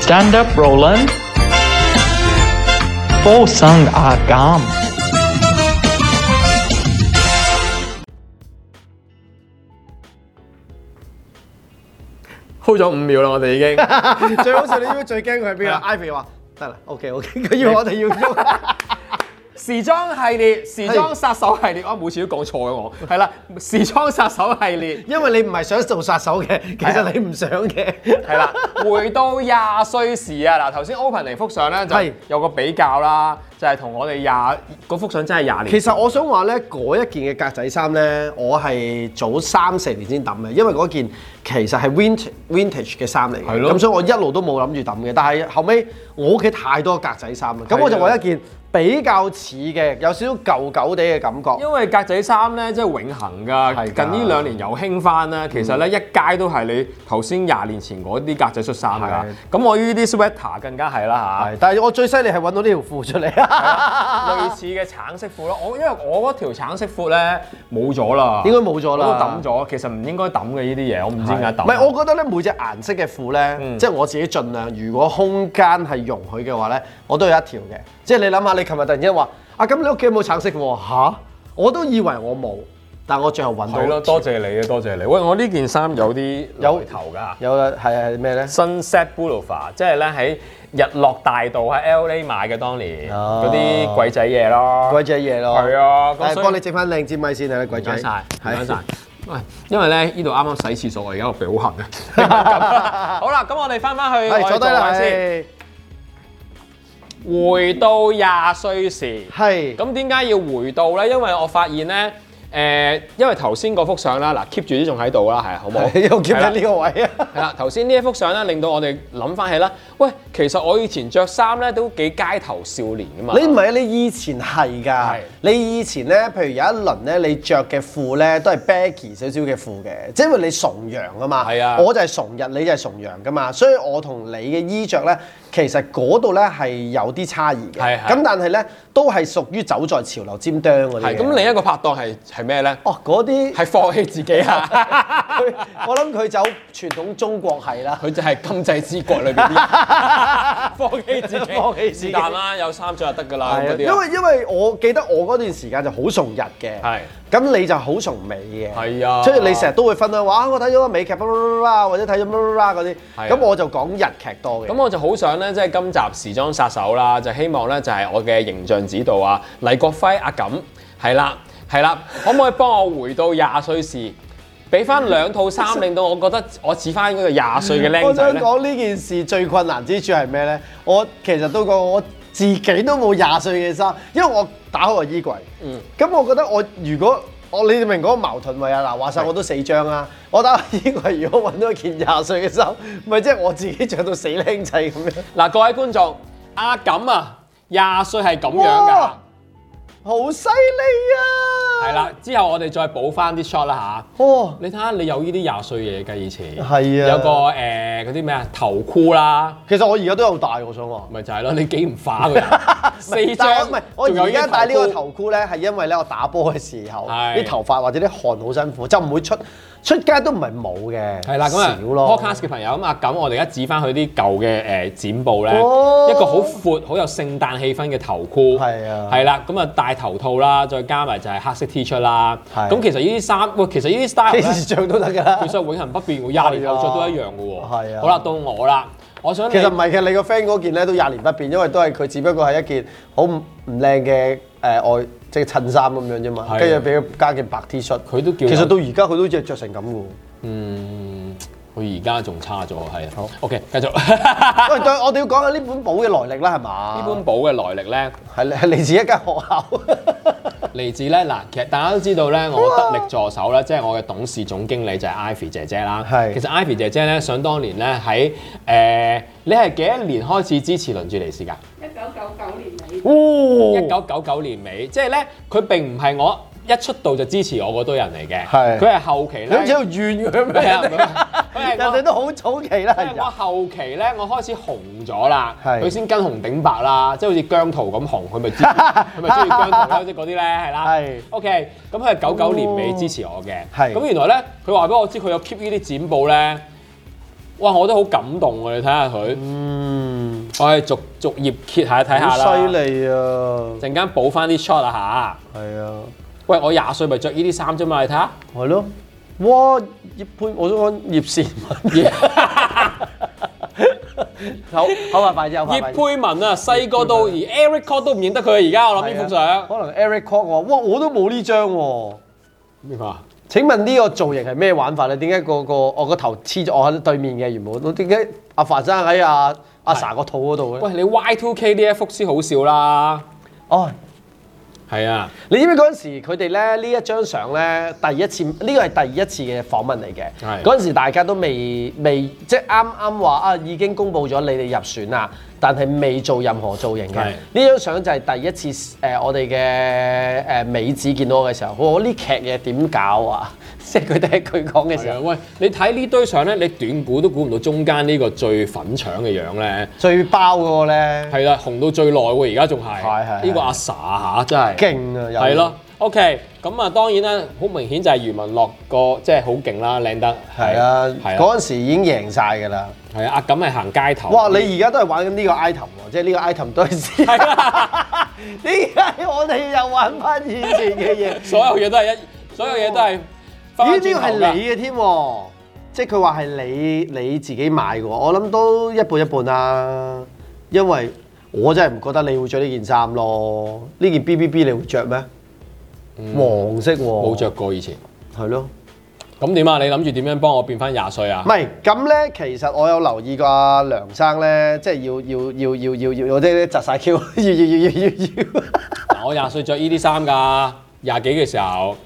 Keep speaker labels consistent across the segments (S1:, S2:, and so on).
S1: Stand up, Roland. Vô sung a gam.
S2: hold 咗五秒啦，我哋已 經。
S3: 最好笑你知唔知最驚佢係邊啊？Ivy 話得啦，OK OK，佢 要我哋要喐，
S2: 時裝系列、時裝殺手系列，我哦每次都講錯嘅我。係啦，時裝殺手系列
S3: 因為你唔係想做殺手
S2: 啊
S3: 嘅，其實你唔想 嘅。
S2: 係 啦，回到廿歲時啊！嗱，頭先 open 嚟幅相咧
S3: 係
S2: 就有個比較啦，就係同我哋廿嗰幅相真係廿
S3: 其
S2: 年。
S3: 實我想話咧，嗰一件嘅格仔衫咧，我係早三四年先抌嘅，因為嗰件其實係 vintage vintage 嘅衫嚟
S2: 係
S3: 嘅，
S2: 咯
S3: 咁所以我一路都冇諗住抌嘅。但係後尾我屋企太多格仔衫啦，咁
S2: 係
S3: 我就
S2: 啊
S3: 揾一件比較似嘅，有少少舊舊地嘅感覺。
S2: 因為格仔衫咧，即係永恆㗎。
S3: 係㗎嗯
S2: 近呢兩年又興翻啦。其實咧，一街都係你頭先廿年前嗰啲格仔恤衫㗎。咁我呢啲 sweater 更加係啦
S3: 係，但係我最犀利係揾到呢條褲 出
S2: 嚇，
S3: 嚟，
S2: 類似嘅橙色褲咯。我因為我嗰條橙色褲咧冇咗啦，
S3: 應該冇咗啦
S2: 我都抌咗。其實唔應該抌嘅呢啲嘢，我唔知點解抌。
S3: 唔係，我覺得咧每隻顏色嘅褲咧，
S2: 啊嗯
S3: 即係我自己盡量，如果空間係容許嘅話咧，我都有一條嘅。即係你諗下，你琴日突然之間話啊，咁你屋企有冇橙色喎？吓，我都以為我冇，但我最後揾
S2: 係
S3: 到
S2: 咯，多謝你啊，多謝你。喂，我呢件衫有啲
S3: 有
S2: 來頭㗎。
S3: 有啦，係係咩咧？
S2: Sunset Boulevard，即係咧喺日落大道喺 LA 買嘅，當年
S3: 哦
S2: 嗰啲鬼仔嘢咯。
S3: 鬼仔嘢咯，
S2: 係啊咁
S3: 但
S2: 所
S3: 係
S2: 以
S3: 幫你整翻靚支咪先係啊啦，鬼
S2: 唔該
S3: 仔，
S2: 晒，唔
S3: 係
S2: 該晒。喂，因為咧呢度啱啱洗廁所，我而家個鼻好 痕啊！好啦，咁我哋翻翻去
S3: 係
S2: 我哋
S3: 坐低
S2: 座
S3: 啦，
S2: 位先。
S3: 係
S2: 回到廿歲時，
S3: 係
S2: 咁點解要回到咧？因為我發現咧，誒、因為頭先嗰幅相啦，嗱 keep 住啲仲喺度啦，係好冇？
S3: 又
S2: 係
S3: 夾
S2: 啦
S3: 喺呢個位啊！
S2: 係啦，頭先呢一幅相咧，令到我哋諗翻起啦。喂，其實我以前着衫咧都幾街頭少年噶嘛。
S3: 你唔係啊！你以前係㗎
S2: 係，
S3: 你以前咧，譬如有一輪咧，你着嘅褲咧都係 baggy 少少嘅褲嘅，即係因為你崇洋啊嘛。
S2: 係啊
S3: 我就係崇日，你就係崇洋㗎嘛，所以我同你嘅衣着咧，其實嗰度咧係有啲差異嘅。
S2: 係係
S3: 咁但係咧，都係屬於走在潮流尖端嗰啲
S2: 係
S3: 嘅。
S2: 咁，另一個拍檔係係咩咧？
S3: 哦嗰 啲，
S2: 係放棄自己啊！
S3: 佢我諗佢走傳統中國係啦。
S2: 佢就係禁制之國裏邊啲人 放棄自己，
S3: 放棄自己
S2: 是但啦，有衫着就得㗎啦
S3: 係
S2: 咁
S3: 啊
S2: 嗰啲啊
S3: 因為因為我記得我嗰段時間就好崇日嘅，
S2: 係
S3: 咁你就好崇美嘅，
S2: 係啊
S3: 所以你成日都會分享話啊我睇咗個美劇，啦或者睇咗啦嗰啲，
S2: 係啊
S3: 咁我就講日劇多嘅。
S2: 咁我就好想咧，即係今集時裝殺手啦，就希望咧就係我嘅形象指導啊，黎國輝阿錦係啦係啦，可唔可以幫我回到廿歲時，俾翻兩套衫，令到我覺得我似翻嗰個廿歲嘅僆
S3: 我
S2: 仔
S3: 想
S2: 咧？
S3: 講呢件事最困難之處係咩咧？我其實都講我自己都冇廿歲嘅衫，因為我打開個衣櫃。
S2: 嗯
S3: 咁我覺得我如果我你哋明嗰個矛盾位啊，嗱話晒我都四張啦，我打開衣櫃如果揾到一件廿歲嘅衫，咪即係我自己着到死僆仔咁樣，
S2: 嗱，各位觀眾，阿錦啊，廿歲係咁樣㗎
S3: 哇。好犀利啊！
S2: 係啦，之後我哋再補翻啲 shot 啦吓，
S3: 哦
S2: 你睇下你有呢啲廿歲嘢㗎以前，
S3: 係啊
S2: 有個誒嗰啲咩啊頭箍啦，
S3: 其實我而家都有戴，我想話。
S2: 咪就係咯，你幾唔化個人， 四
S3: 但係
S2: 張
S3: 我唔係，我而家戴呢個頭箍咧，係因為咧我打波嘅時候，
S2: 係
S3: 啲頭髮或者啲汗好辛苦，就唔會出出街都唔係冇嘅，
S2: 係啦，咁啊
S3: 少咯。
S2: podcast 嘅朋友咁啊，咁我哋而家指翻佢啲舊嘅誒剪布咧，
S3: 哦
S2: 一個好闊、好有聖誕氣氛嘅頭箍，
S3: 係啊
S2: 係啦，咁啊戴頭套啦，再加埋就係黑色 T 恤啦，
S3: 係
S2: 咁其實呢啲衫，喂，其實呢啲 style
S3: 幾
S2: 呢
S3: 時着都得㗎啦
S2: 其。實永恆不變喎，廿年後着都一樣嘅喎。
S3: 啊係啊
S2: 好啦，到我啦，我想你
S3: 其實唔係嘅，你個 friend 嗰件咧都廿年不變，因為都係佢，只不過係一件好唔唔靚嘅誒外即係襯衫咁樣啫嘛
S2: 係，
S3: 跟住俾佢加件白 T 恤，
S2: 佢都叫
S3: 其實
S2: 有
S3: 到而家佢都只係着成咁嘅喎。
S2: 嗯，佢而家仲差咗，係啊。
S3: 好
S2: ，OK，繼續。
S3: 喂，對，我哋要講下呢本簿嘅來歷啦，係嘛？
S2: 呢本簿嘅來歷咧，
S3: 係嚟係嚟自一間學 校，
S2: 嚟自咧嗱，其實大家都知道咧，我得力助手咧，即係我嘅董事總經理就係 Ivy 姐姐啦。
S3: 係
S2: 其實 Ivy 姐姐咧，想當年咧喺誒，你係幾多年開始支持輪住嚟事㗎？
S4: 一九九九年尾，
S2: 一
S3: 哦，
S2: 九九九年尾，即係咧，佢並唔係我一出道就支持我嗰堆人嚟嘅，
S3: 係
S2: 佢係後期咧。
S3: 你好似喺度怨佢咩？
S2: 係
S3: 人哋都好早期啦，
S2: 因為啊我後期咧，我開始紅咗啦，
S3: 哎係
S2: 佢先跟紅頂白啦，即係好似姜濤咁紅，佢咪 知佢咪中意姜濤啦，即係嗰啲咧係啦
S3: 係。
S2: OK，咁佢係九九年尾支持我嘅，
S3: 係
S2: 咁原來咧，佢話俾我知佢有 keep 呢啲剪報咧，哇！我都好感動喎，你睇下佢，我哋逐逐頁揭下睇下啦。
S3: 嗯好犀！利啊！
S2: 陣間補翻啲 shot 啊下。
S3: 係啊，
S2: 喂，我廿歲咪着呢啲衫啫嘛，你睇 下。
S3: 係咯。哇！葉佩，我想講葉倩 文，好好啊，快啲，好
S2: 葉
S3: 快啲。
S2: 佩文啊，細個到而 Eric Cole 都唔認得佢啊！而家我諗呢幅相。
S3: 可能 Eric Kwok 話：哇，我都冇呢張喎。
S2: 邊個啊？
S3: 請問呢個造型係咩玩法咧？點解個個我個頭黐咗我喺對面嘅原本？我點解阿凡生喺阿阿 sa 個肚嗰度咧？
S2: 喂，你 Y2K 呢一幅先好笑啦。
S3: 哦，
S2: 係啊，
S3: 你知唔知嗰陣時佢哋咧呢一張相咧第一次呢個係第一次嘅訪問嚟嘅。
S2: 係
S3: 嗰陣時大家都未未即係啱啱話啊已經公佈咗你哋入選啦，但係未做任何造型嘅。
S2: 係
S3: 呢張相就係第一次誒、呃我哋嘅誒美子見到我嘅時候，我話呢劇嘢點搞啊？ 即係佢哋喺佢講嘅時
S2: 係啊。
S3: 候
S2: 喂，你睇呢堆相咧，你短估都估唔到中間呢個最粉腸嘅樣咧。
S3: 最包嗰個咧。
S2: 係啦，紅到最耐喎，而家仲係。
S3: 係係係
S2: 呢個阿 sa 嚇，真 係。
S3: 勁啊！有
S2: 係咯。OK，咁啊當然啦，好明顯就係余文樂個即係好勁啦，靚得。
S3: 係啊，
S2: 係啊，
S3: 嗰陣時已經贏晒㗎啦。
S2: 係啊，阿錦係行街頭。
S3: 哇！你而家都係玩緊呢個 item 喎，即係呢個 item 都係先。
S2: 係啊啦，
S3: 點解我哋又玩翻以前嘅嘢？
S2: 所有嘢都係一，所有嘢都係。
S3: 咦？呢個係你啊嘅添喎，即係佢話係你你自己買嘅喎。我諗都一半一半啦，因為我真係唔覺得你會着呢件衫咯。呢件 B B B 你會着咩？黃色喎，
S2: 嗯冇着過以前。
S3: 係咯。
S2: 咁點啊？你諗住點樣幫我變翻廿歲啊
S3: 唔？係咁咧，其實我有留意過阿梁生咧，即係要要要要要要，我啲咧窒晒 Q，要要要要要要。
S2: 嗱，我廿歲着呢啲衫㗎，廿幾嘅時候。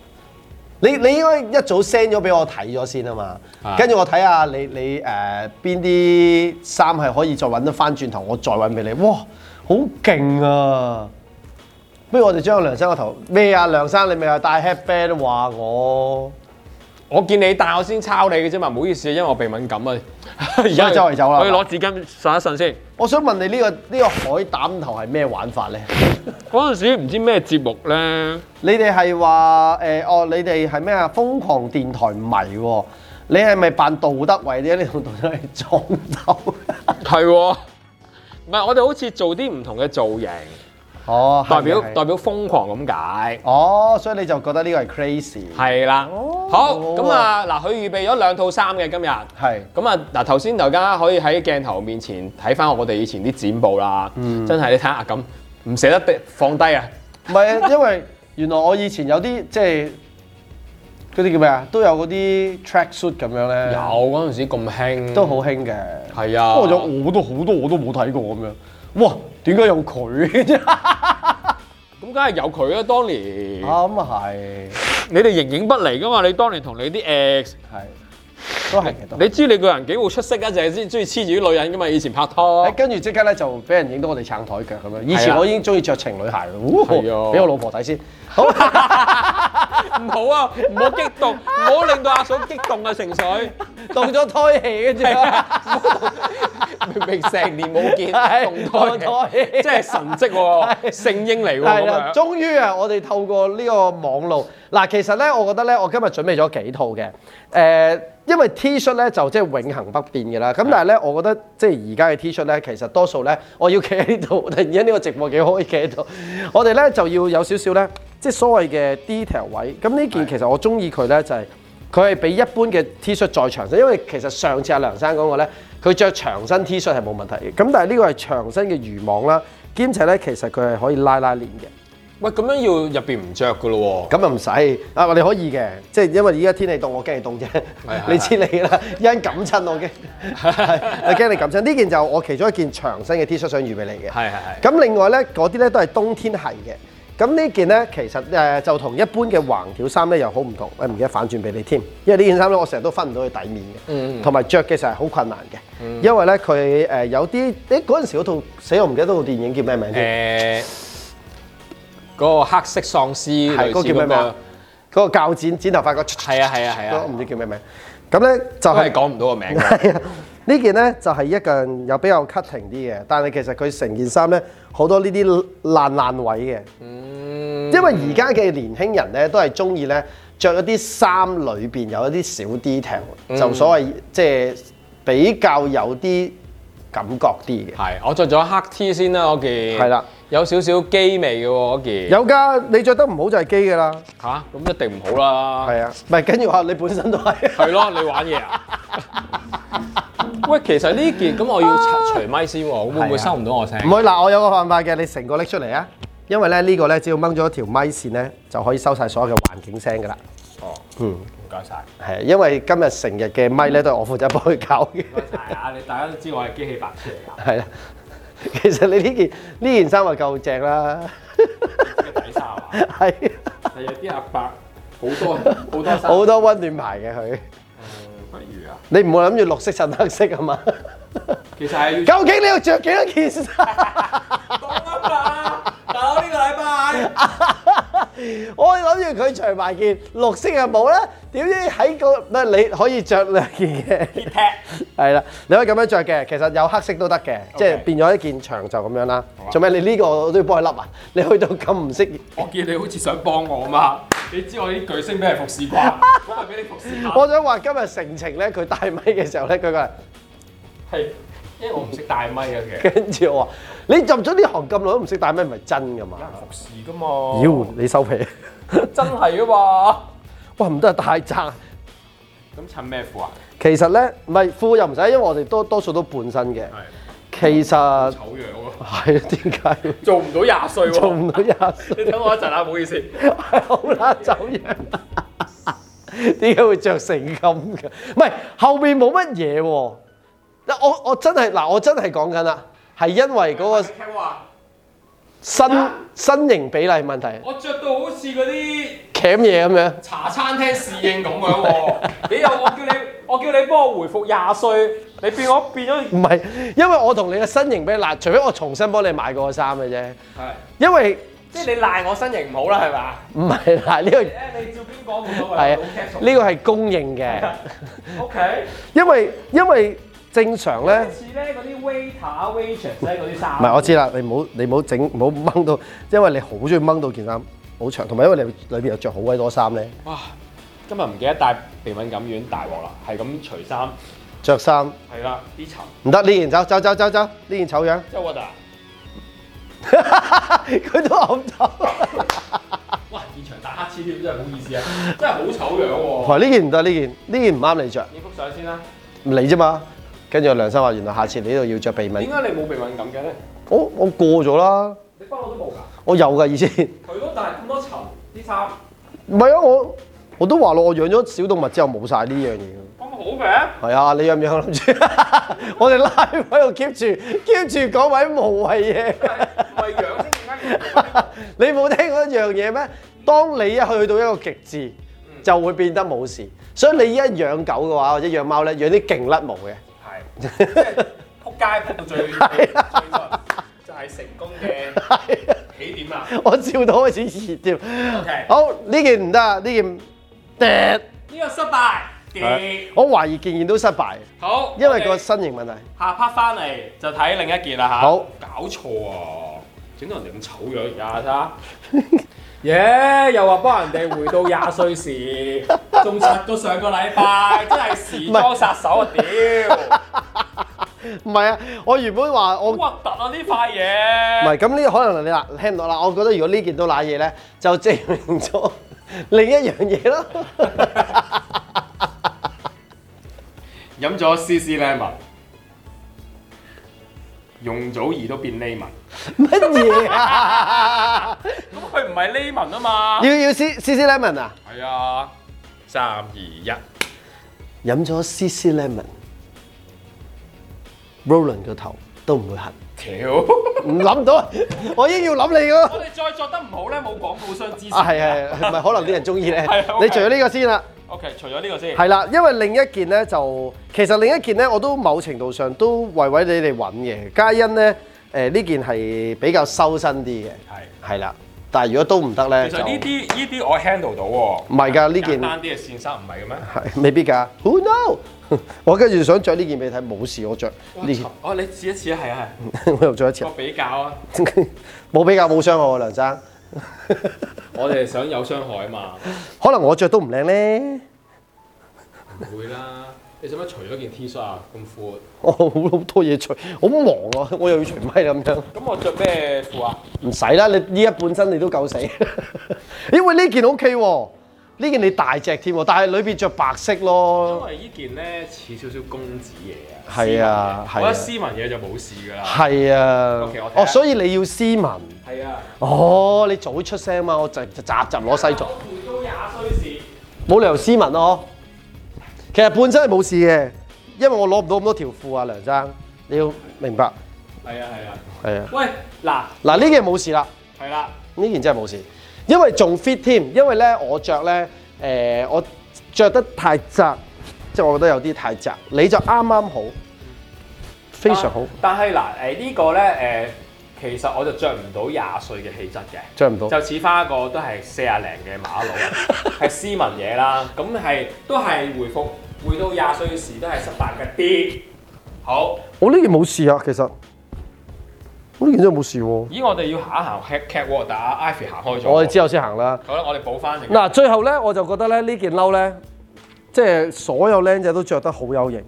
S3: 你你應該一早 send 咗俾我睇咗先啊嘛
S2: 啊，
S3: 跟住我睇下你你誒邊啲衫係可以再揾得翻轉頭，我再揾俾你。哇，好勁啊！不如我哋將阿梁生個頭咩啊？梁生你咪又戴 headband 話我，
S2: 我見你戴我先抄你嘅啫嘛，唔好意思，因為我鼻敏感 啊。而
S3: 家周圍走啦
S2: 我要攞紙巾擤一擤先。
S3: 我想問你呢、個呢、個海膽頭係咩玩法咧？
S2: 嗰陣時唔知咩節目咧，
S3: 你哋係話誒哦，你哋係咩啊？瘋狂電台迷喎、你係咪扮杜德偉啫？你同杜德偉撞頭？
S2: 係喎。唔係，我哋好似做啲唔同嘅造型，
S3: 哦，係
S2: 代表
S3: 係
S2: 代表瘋狂咁解。
S3: 哦，所以你就覺得呢個係 crazy
S2: 係啦，
S3: 哦
S2: 好
S3: 好
S2: 咁啊！嗱，佢預備咗兩套衫嘅今日，咁
S3: 係
S2: 啊嗱，頭先大家可以喺鏡頭面前睇翻我哋以前啲剪報啦，
S3: 嗯
S2: 真係你睇下咁唔捨得的放低啊！
S3: 唔係啊？因為原來我以前有啲即係嗰啲叫咩啊，都有嗰啲 track suit 咁樣咧，
S2: 有嗰陣時咁興，
S3: 都好興嘅。
S2: 係啊，
S3: 不過咗我都好多我都冇睇過咁樣，哇！點解有佢嘅 啫？
S2: 咁梗係有佢啦。當年
S3: 啱啊，係
S2: 你哋形影不離噶嘛，你當年同你啲 ex，
S3: 係都係嘅，都係
S2: 你知你個人幾會出色啊，就係中意黐住啲女人噶嘛，以前 拍拖
S3: 誒。跟住即刻咧就俾人影到我哋撐台腳咁樣。以
S2: 係
S3: 前
S2: 啊
S3: 我已經中意着情侶鞋啦，
S2: 係啊
S3: 哦俾我老婆睇先。好，
S2: 唔好啊，唔好激動，唔好令到阿嫂激動啊 情緒。
S3: 到咗胎氣跟住，
S2: 啊明明成年冇見，
S3: 係
S2: 動胎
S3: 動胎
S2: 嘅，即係神蹟喎，聖嬰嚟喎
S3: 係
S2: 咁
S3: 啦，
S2: 樣。
S3: 終於啊，我哋透過呢個網路嗱，其實咧，我覺得咧，我今日準備咗幾套嘅，誒、因為 T 恤咧就即係永恆不變嘅啦。咁但係咧，我覺得即係而家嘅 T 恤咧，其實多數咧，我要企喺度，突然間呢個直播幾可以企喺度，我哋咧就要有少少咧，即係所謂嘅 detail 位。咁呢件其實我中意佢咧就係、佢係比一般嘅 T 恤再長身，因為其實上次阿梁生講過咧，佢着長身 T 恤係冇問題嘅。咁但係呢個係長身嘅漁網啦，兼且咧其實佢係可以拉拉鏈嘅。
S2: 喂，咁樣要入邊唔着噶咯
S3: 咁又唔使啊！你可以嘅，即係因為依家天氣凍，我驚你凍啫。你知你啦，一陣感親我驚，係我驚你感親。呢件就我其中一件長身嘅 T 恤想預備你嘅。
S2: 係係係
S3: 咁另外咧，嗰啲咧都係冬天係嘅。咁呢件咧，其實誒就同一般嘅橫條衫咧又好唔同。誒唔記得反轉俾你添，因為呢件衫咧我成日都分唔到佢底面嘅，同埋着嘅時候係好困難嘅，因為咧佢誒有啲誒嗰陣時嗰套死我唔記得套電影叫咩名添。
S2: 喎？誒，嗰個黑色喪屍
S3: 係
S2: 類
S3: 嗰個
S2: 似
S3: 叫咩
S2: 嗰
S3: 名啊
S2: 個，？
S3: 嗰個鉸剪剪頭髮個，
S2: 係啊係啊係
S3: 嗰個
S2: 啊，
S3: 唔知叫咩名。啊咁咧就
S2: 都係
S3: 係
S2: 講唔到個名㗎。
S3: 係啊，呢件咧就係一件有比較 cutting 啲嘅，但係其實佢成件衫咧好多呢啲爛爛位嘅。嗯，因為而家嘅年輕人咧都係中意咧着一啲衫裏
S2: 嗯
S3: 邊有一啲小 detail，、就所謂即係比較有啲感覺啲嘅。
S2: 係，我着咗黑 T 先啦，嗰件
S3: 係啦，
S2: 有少少機味嘅喎，嗰件
S3: 有㗎，你着得唔好就係基㗎啦。
S2: 嚇，咁一定唔好啦。
S3: 係啊，唔係跟住話你本身都係。
S2: 係咯，你玩嘢 啊？喂，其實呢件咁我要除除咪先喎，會唔會收唔到我聲
S3: 啊唔？會嗱，我有個辦法嘅，你成個拎出嚟啊！因為咧呢個咧，只要掹咗條咪線咧，就可以收晒所有嘅環境聲㗎啦。
S2: 哦，
S3: 嗯，
S2: 唔該晒。
S3: 係，因為今日成日嘅咪咧都係我負責幫佢搞嘅。
S2: 係啊，你大家都知我係機器白痴嚟㗎
S3: 係啦，其實你呢件呢件衫咪夠正啦。
S2: 嘅底衫啊
S3: 係，
S2: 係有啲阿伯好多好多衫，
S3: 好多温暖牌嘅佢，
S2: 不如啊，
S3: 你唔好諗住綠色襯黑色啊嘛。
S2: 其實係要
S3: 究竟你要着幾多件衫？
S2: 講噏啦，啊大佬呢個禮拜
S3: 我諗住佢除埋件綠色嘅帽啦，點知喺個唔係你可以着兩件嘅。
S2: 踢
S3: 係啦，你可以咁樣着嘅，其實有黑色都得嘅，即係變咗一件長袖咁樣啦。做咩？你呢個我都要幫佢笠啊？ 你去到咁唔適宜，
S2: 我見你好似想幫我啊嘛，你知我啲巨星俾人服侍慣，我咪俾你服侍下。
S3: 我想話今日成程咧，佢戴咪嘅時候咧，佢個人
S2: 係，因為我唔識帶咪啊，其實
S3: 跟住我話：你入咗呢行咁耐都唔識戴咪，唔係真㗎嘛？
S2: 服侍噶嘛。
S3: 妖，你收皮！
S2: 真係噶嘛？
S3: 哇，唔得太窄。
S2: 咁襯咩褲啊？
S3: 其實咧，唔係褲又唔使，因為我哋多多數都半身嘅。
S2: 係
S3: 其實
S2: 醜樣喎，
S3: 係啊點解
S2: 做唔到廿歲
S3: 做
S2: 喎。
S3: 唔到廿歲？
S2: 你等我一陣啊，唔好意思。
S3: 好啦，走樣。點解會着成咁嘅？唔係後面冇乜嘢喎。嗱，我我真係嗱，我真係講緊啦，係因為嗰個
S2: 聽話，
S3: 身身形比例問題，
S2: 我着到好似嗰啲
S3: 攬嘢咁樣。
S2: 茶餐廳侍應咁樣喎。 你又我叫你，我叫你幫我回復廿歲，你變我變咗
S3: 唔係，因為我同你嘅身形比例，嗱，除非我重新幫你買過衫嘅啫。
S2: 係，
S3: 因為
S2: 即係你賴我身形唔好啦，係啊嘛？
S3: 唔係嗱，呢、個
S2: 誒，你照邊講冇所
S3: 係
S2: 謂，
S3: 啊
S2: 好，
S3: 呢個係公認嘅，
S2: 個 OK。
S3: 因為因為正常咧。
S2: 似咧嗰啲 waiter、waitress 咧嗰啲衫
S3: 唔係，我知啦，你唔好你唔好整唔好掹到，因為你好中意掹到件衫好長，同埋因為你裏邊又着好鬼多衫咧，
S2: 哇！今日唔記得帶鼻敏感丸，大鑊啦，係咁除衫，
S3: 着衫
S2: 係啦，啲層，
S3: 唔得呢件走走走走走，呢件醜樣，
S2: 即係 what 啊？
S3: 佢都揞頭。
S2: 哇！現場打乞嗤添，真係唔好意思啊，真係好醜樣喎、
S3: 哇！呢件唔得，呢件呢件唔啱你着，
S2: 你幅相先啦，
S3: 你啫嘛。跟住梁生話：原來下次你呢度要着鼻
S2: 點
S3: 敏，
S2: 解你冇鼻敏感嘅咧？
S3: 我我過咗啦，
S2: 你不嬲都冇㗎，
S3: 我有㗎以前。
S2: 佢咯，但係咁多層啲衫，
S3: 唔係啊，我我都話咯，我養咗小動物之後冇晒呢樣嘢。
S2: 咁好嘅。
S3: 係啊，你養唔養諗住？ 我哋拉喺度 keep 住 keep 住講位無謂嘢。
S2: 唔係養先點解？
S3: 你冇聽過一樣嘢咩？當你一去到一個極致，就會變得冇事。所以你一養狗嘅話，或者養貓咧，養啲勁甩毛嘅。
S2: 係，即係撲街撲到最最最盡，就係成功嘅
S3: 係啊
S2: 起點啦。
S3: 我笑到開始熱添。
S2: OK
S3: 好，呢件唔得啊，呢件嗲。
S2: 呢個失敗嘅，
S3: 我懷疑件件都失敗，
S2: 好，
S3: 因
S2: 我
S3: 為
S2: 哋
S3: 個身形問題。
S2: 下 part 翻嚟就睇另一件啦嚇。
S3: 好
S2: 搞錯啊！整到人哋咁醜樣而 家睇下。耶！又話幫人哋回到廿歲時， 仲柒過上個禮拜， 真係時裝殺手啊！屌，
S3: 唔係啊，我原本話我。
S2: 好核突啊呢塊
S3: 唔
S2: 嘢。
S3: 係，咁呢可能你嗱聽唔到啦。我覺得如果呢件都賴嘢咧，就證明咗另一樣嘢咯。
S2: 飲咗 CC lemon，容祖兒都變 lemon。
S3: 乜嘢啊？
S2: 咁佢唔係 lemon 啊嘛。
S3: 要要 C C C lemon 啊？
S2: 係啊，三二一，
S3: 飲咗 C C lemon，Roland 個頭都唔會痕。
S2: 屌！
S3: 唔諗到啊， 我已經要諗你噶。
S2: 我哋再作得唔好咧，冇廣告商支持。
S3: 啊，係係係，唔 係可能啲人中意咧
S2: 係啊。
S3: 你除咗呢個先啦。
S2: OK，除咗呢個先。
S3: 係啦，因為另一件咧就其實另一件咧，我都某程度上都為為你哋揾嘅。嘉欣咧，誒、呢件係比較修身啲嘅，
S2: 係
S3: 係啦。但係如果都唔得咧，
S2: 其
S3: 就
S2: 實呢啲呢啲我 handle 到喎。
S3: 唔係㗎，呢件
S2: 簡單啲嘅線衫唔係嘅咩？
S3: 係未必㗎。Who know？我 跟住想着呢件俾你睇，冇事我着呢件，
S2: 哦，你試一試係啊
S3: 我又着一次
S2: 係。個，比較啊，
S3: 冇比較冇傷害喎，梁生。
S2: 我哋想有傷害啊嘛，
S3: 可能我着都唔靚咧，
S2: 唔會啦。你使唔使除咗件 T 恤啊？咁闊？
S3: 我好好多嘢除，我好忙啊，我又要除咪啦咁樣。
S2: 咁我着咩褲啊？
S3: 唔使啦，你依一半身你都夠死。 因為呢件 O K 喎，呢件你大隻添喎，但係裏邊着白色
S2: 因
S3: 咯。
S2: 為呢件咧似少少公子嘢啊。
S3: 係
S2: 斯文嘢我覺得
S3: 啊係
S2: 斯文嘢就冇事㗎啦。
S3: 係啊
S2: OK，我睇下
S3: 哦，所以你要斯文。
S2: 係啊，
S3: 哦，你早出聲嘛，我就就集集攞西裝，
S2: 回到廿歲時，
S3: 冇理由斯文咯。其實半身係冇事嘅，因為我攞唔到咁多條褲啊，梁生，你要明白。
S2: 係啊係啊。
S3: 係啊，
S2: 喂，嗱，
S3: 嗱呢件冇事啦。
S2: 係啦，
S3: 呢件真係冇事，因為仲 fit 添。因為咧，我着咧，誒、我着得太窄，即係我覺得有啲太窄。你就啱啱好，非常好，
S2: 啊但係嗱，誒呢個咧誒，其實我就着唔到廿歲嘅氣質嘅。
S3: 着唔到。
S2: 就似翻一個都係四廿零嘅馬 佬，係斯文嘢啦。咁係都係回復回到廿歲時都係失敗嘅啲。好，
S3: 我呢件冇事啊，其實我呢件真係冇事喎、
S2: 咦？我哋要行一行 cat cat walk，但阿 Ivy 行開咗。
S3: 我哋之後先行啦。
S2: 好啦，我哋補翻嚟。
S3: 嗱，最後咧，我就覺得咧呢件褸咧，即係所有僆仔都着得好有型嘅。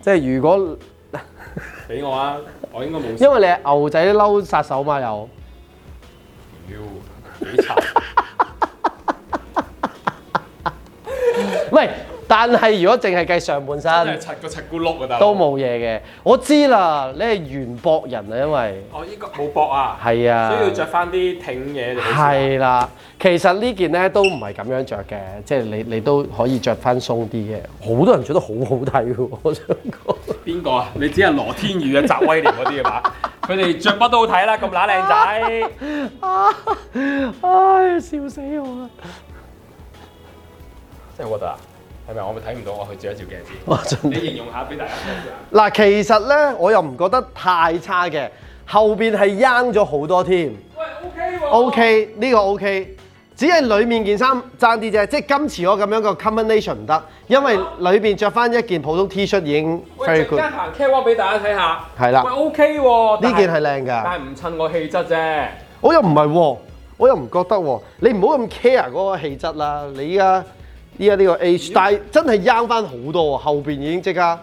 S3: 即係如果
S2: 俾我啊，我應該冇事。
S3: 因為你係牛仔褸殺手嘛，又
S2: 妖幾 慘？
S3: 唔係，但係如果淨係計上半身。
S2: 真係柒個柒咕碌啊！大佬
S3: 都。冇嘢嘅。我知啦，你係圓博人啊，因為
S2: 我哦呢個冇搏啊，
S3: 係啊
S2: 所以要着翻啲挺嘢就好似。
S3: 係啦。其實呢件咧都唔係咁樣着嘅，即係你你都可以着翻鬆啲嘅。好多人着得好好睇嘅，我想講。
S2: 邊個啊？你只係羅天宇啊、翟威廉嗰啲啊嘛？ 佢哋着乜都好睇啦，咁乸靚 仔。
S3: 唉，笑死我啦！啊
S2: 真係核突啊！係咪我咪睇唔到？我去照一照鏡
S3: 我
S2: 子。
S3: 真
S2: 你形容下俾大家睇啊下。
S3: 嗱，其實咧我又唔覺得太差嘅，後邊係掹咗好多添。
S2: 喂，OK 喎。
S3: OK，呢個 OK。只係裡面件衫爭啲啫，即係今次我咁樣個 combination 唔得，因為裏邊着翻一件普通 T 恤已經
S2: 喂，
S3: very
S2: 陣
S3: good
S2: 間。行 catwalk 俾大家睇下。
S3: 係啦
S2: 喂，OK 喎。
S3: 呢件係
S2: 但
S3: 靚㗎。
S2: 但係唔襯我氣質啫。
S3: 我又唔係喎，我又唔覺得喎。你唔好咁 care 嗰個氣質啦。你依家依家呢個 H，但係真係 young 翻好多喎。後邊已經即刻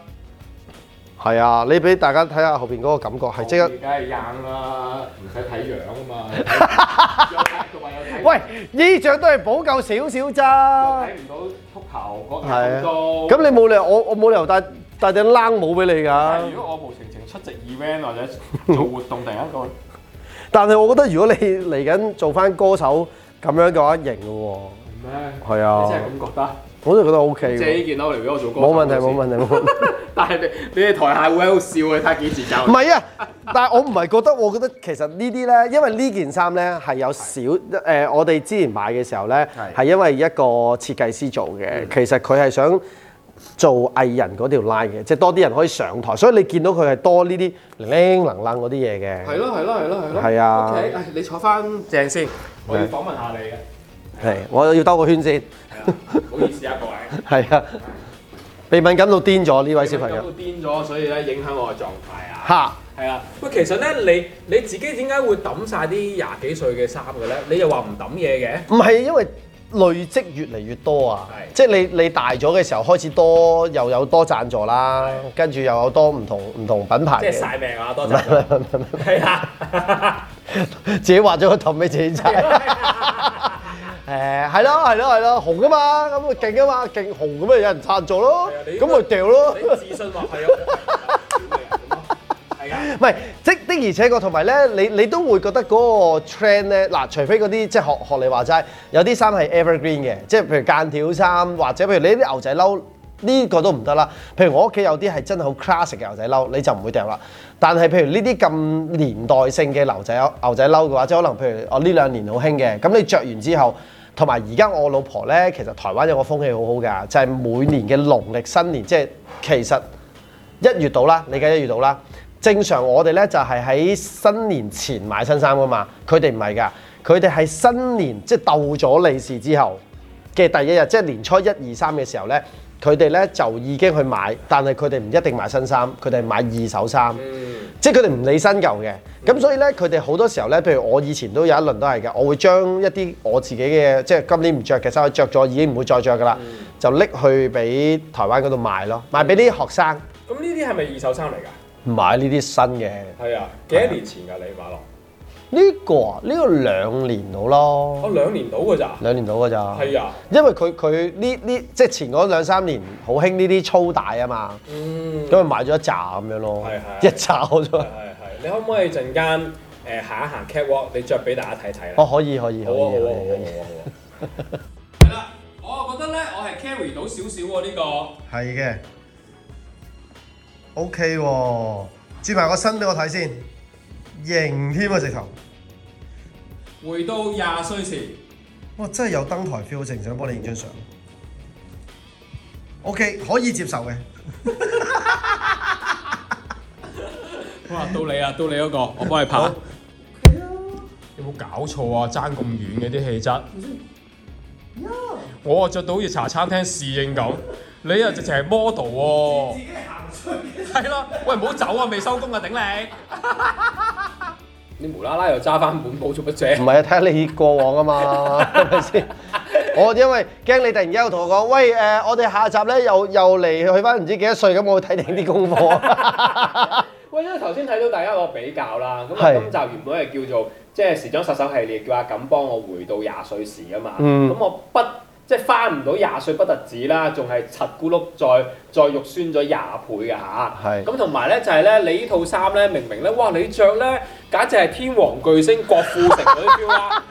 S3: 係啊！你俾大家睇下後邊嗰個感覺係即刻。
S2: 梗係硬啦，唔使睇樣啊嘛。有睇同埋有睇。
S3: 喂，衣着都係補救少少咋
S2: 睇。唔到禿頭嗰個
S3: 係啊，
S2: 高。
S3: 啊咁你冇理由我我冇理由戴戴頂冷帽俾你㗎。
S2: 但係如果我無情情出席 event 或者做活動，突然間講，
S3: 但係我覺得如果你 嚟緊做翻歌手咁樣嘅話，型嘅喎。
S2: 咩？
S3: 係啊
S2: 你真係咁覺得？
S3: 我都覺得 OK
S2: 即係
S3: 喎。
S2: 呢件褸嚟俾我做歌手
S3: 冇問題，
S2: 先
S3: 冇問題，冇問題。
S2: 但係你你哋台下會喺度笑嘅，睇下幾時
S3: 唔
S2: 走。
S3: 係啊，但係我唔係覺得，我覺得其實呢啲呢，因為呢件衫呢係有少誒、呃我哋之前買嘅時候呢，
S2: 係
S3: 係嗯因為一個設計師做嘅，其實佢係想做藝人嗰條 line 嘅，即係多啲人可以上台，所以你見到佢係多呢啲零零能能嗰啲嘢嘅，
S2: 咯係咯係咯係咯
S3: 係啊
S2: OK，唉你坐翻正先，我要訪問下你嘅。
S3: 係我要兜個圈先，
S2: 係啊唔好意思啊，各位。
S3: 係啊，被敏感到癲咗呢位小朋
S2: 因
S3: 友，
S2: 為今日都癲咗，所以咧影響我嘅狀態啊。
S3: 嚇
S2: 係啊，喂，其實咧你你自己點解會抌晒啲廿幾歲嘅衫嘅咧？你又話唔抌嘢嘅？
S3: 唔係因為累積越嚟越多啊，
S2: 係
S3: 即係你你大咗嘅時候開始多又有多贊助啦，跟住又有多唔同唔同品牌
S2: 即係
S3: 嘅，
S2: 晒命啊！多
S3: 唔係
S2: 謝。
S3: 唔係唔係唔
S2: 係啊，
S3: 係 自己畫咗個氹俾自己踩。誒係咯係咯係咯，紅噶嘛，咁咪勁啊噶嘛，勁紅咁咪有人贊助咯
S2: 係啊你，
S3: 咁咪掉咯。
S2: 你自信話係啊我係啊，係啊。
S3: 唔係，即的而且確，同埋咧，你你都會覺得嗰個 trend 咧，嗱，除非嗰啲即係學學你話齋，有啲衫係 evergreen 嘅，即係譬如間條衫，或者譬如你啲牛仔褸，呢、個都唔得啦。譬如我屋企有啲係真係好 classic 嘅牛仔褸，你就唔會掉啦。但係譬如呢啲咁年代性嘅牛仔牛仔褸嘅話，即係可能譬如哦我呢兩年好興嘅，咁你着完之後。同埋而家我老婆咧，其實台灣有個風氣好好㗎，就係、每年嘅農曆新年，即係其實一月到啦，你計一月到啦。正常我哋咧就係喺新年前買新衫噶嘛，佢哋唔係㗎，佢哋係新年即係鬥咗利是之後嘅第一日，即係年初一二三嘅時候咧，佢哋咧就已經去買，但係佢哋唔一定買新衫，佢哋係買二手衫。即係佢哋唔理新舊嘅，咁所以咧佢哋好多時候咧，譬如我以前都有一輪都係嘅，我會將一啲我自己嘅即係今年唔着嘅衫着咗，已經唔會再着噶啦。就拎去俾台灣嗰度賣咯，賣俾啲學生。
S2: 咁呢啲係咪二手衫嚟㗎？
S3: 唔買呢啲新嘅，
S2: 係啊，幾多年前㗎你買落？
S3: 呢、個啊，呢、個兩年到
S2: 我
S3: 咯，
S2: 兩哦年到㗎咋？
S3: 兩年到㗎咋。
S2: 係啊，
S3: 因為佢佢呢呢即係前嗰兩三年好興呢啲粗帶啊嘛，
S2: 嗯，
S3: 咁咪買咗一扎咁樣咯
S2: 係，
S3: 一
S2: 係
S3: 扎我啫
S2: 係。係係，你可唔可以陣間誒行一行 catwalk，你着俾大家睇睇咧？
S3: 哦，可以可以
S2: 好啊
S3: 可以
S2: 好啊
S3: 可以
S2: 好啊
S3: 可以。
S2: 好啊！係啦，我覺得咧，我係 carry 到少少喎呢個。
S3: 係嘅，OK 喎，轉埋個身俾我睇先，型添啊直頭，
S2: 回到廿歲時，
S3: 哇真係有登台 feel，正想幫你影張相。OK，可以接受嘅，
S2: 哇！到你啊，到你嗰個， 我幫你拍。有冇搞錯啊？爭咁遠嘅啲氣質。我啊着到好似茶餐廳侍應咁，你啊直情係 model 喎。自己行出係啦，喂唔好走啊，未收工啊， 頂你！你無啦啦又揸翻本簿做乜
S3: 唔
S2: 啫？
S3: 係啊，睇下你過往啊嘛， 係咪先？我因為驚你突然之間又同我講，喂誒、呃我哋下集咧又又嚟去翻唔知幾多歲咁，我會睇定啲功課。
S2: 喂，因為頭先睇到大家個比較啦，咁啊
S3: 係
S2: 今集原本係叫做即係時裝殺手系列，叫阿錦幫我回到廿歲時啊嘛。咁、
S3: 嗯
S2: 我不即係翻唔到廿歲不特止啦，仲係柒咕碌再再肉酸咗廿倍嘅嚇。
S3: 係
S2: 咁同埋咧就係咧，你呢套衫咧明明咧，哇你着咧簡直係天王巨星郭富城嗰啲 feel 啦，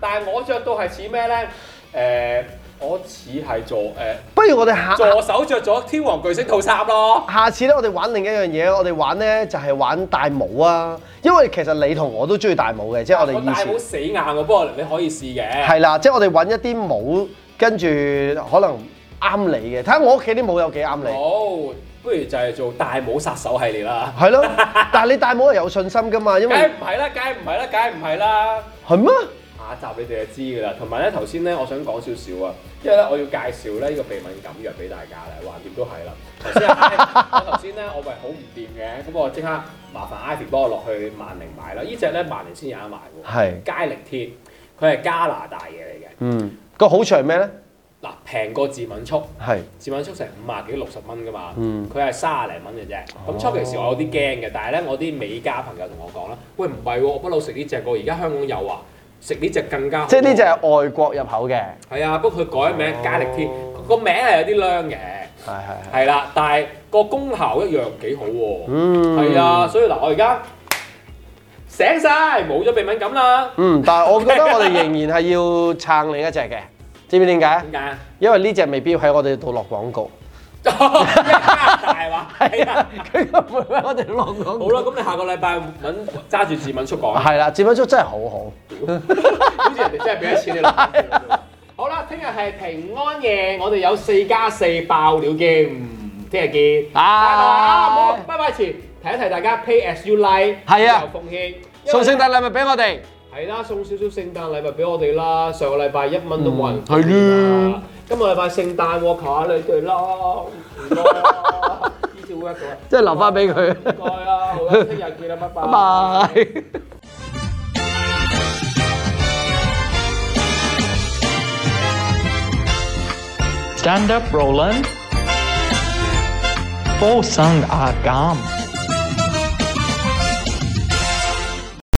S2: 但係我着到係似咩咧？誒、我似係做誒、
S3: 不如我哋下
S2: 助手着咗天王巨星套衫咯。
S3: 下次咧，我哋玩另一樣嘢，我哋玩咧就係、玩戴帽啊，因為其實你同我都中意戴帽嘅，即係我哋
S2: 啊我
S3: 以
S2: 戴
S3: 前
S2: 帽死硬喎，不過你可以試嘅。
S3: 係啦，即係我哋揾一啲帽，跟住可能啱你嘅，睇下我屋企啲帽有幾啱你。
S2: 哦好，不如就係做戴帽殺手系列啦。
S3: 係咯，但係你戴帽係有信心噶嘛，因
S2: 梗係
S3: 為
S2: 唔係啦，梗係唔係啦，梗係唔係啦。
S3: 係咩？
S2: 下一集你哋就知㗎啦。同埋咧，頭先咧，我想講少少啊，因為咧，我要介紹咧呢個鼻敏感藥俾大家咧，橫掂都係啦。頭先啊我 頭先咧，我咪好唔掂嘅，咁我即刻麻煩 Ivy 幫我落去萬寧買啦。呢只咧萬寧先有得賣喎，
S3: 係，
S2: 佳力貼，佢係加拿大嘢嚟嘅。
S3: 嗯，個好處係咩咧？
S2: 嗱，平過自敏速。
S3: 係。
S2: 自敏速成五啊幾六十蚊噶嘛，
S3: 嗯
S2: 佢係三廿零蚊嘅啫。咁初期時我有啲驚嘅，但係咧我啲美加朋友同我講啦，喂唔係喎，我不嬲食呢只個，而家香港有啊，食呢只更加好
S3: 即係呢只係外國入口嘅，
S2: 係啊，不過佢改名加力添，個名係有啲靚嘅，
S3: 係係係。
S2: 係啦，但係個功效一樣幾好喎。
S3: 嗯，
S2: 係啊，，所以嗱我而家醒晒，冇咗鼻敏感啦。
S3: 嗯，但係我覺得我哋仍然係要撐另一隻嘅，知唔知點解？
S2: 點解啊？
S3: 因為呢只未必喺我哋度落廣告，
S2: 加拿大話係 啊。
S3: 佢唔會喺我哋落廣告。
S2: 好啦，咁你下個禮拜揾揸住自敏速講。
S3: 係啦，接品叔真係好好。
S2: 好似人哋真係俾咗錢 你啦。
S3: 啊
S2: 好啦，聽日係平安夜，我哋有四加四爆料嘅，嗯聽日見。
S3: 拜
S2: 啊，好，拜拜前提一提大家 pay as you like，
S3: 係啊
S2: 有奉獻。
S3: 送聖誕禮物俾我哋，
S2: 係啦，送少少聖誕禮物俾我哋啦。上個禮拜一蚊都冇人。啊
S3: 嗯係啦。
S2: 今個禮拜聖誕喎，求下你哋啦， 唔該啦。呢條 work 嘅喎
S3: 即係留翻俾佢。
S2: 唔該啊，好啦，聽日見啦，拜拜。
S3: 拜拜。
S1: Stand up, Roland. Phố sân A Cam.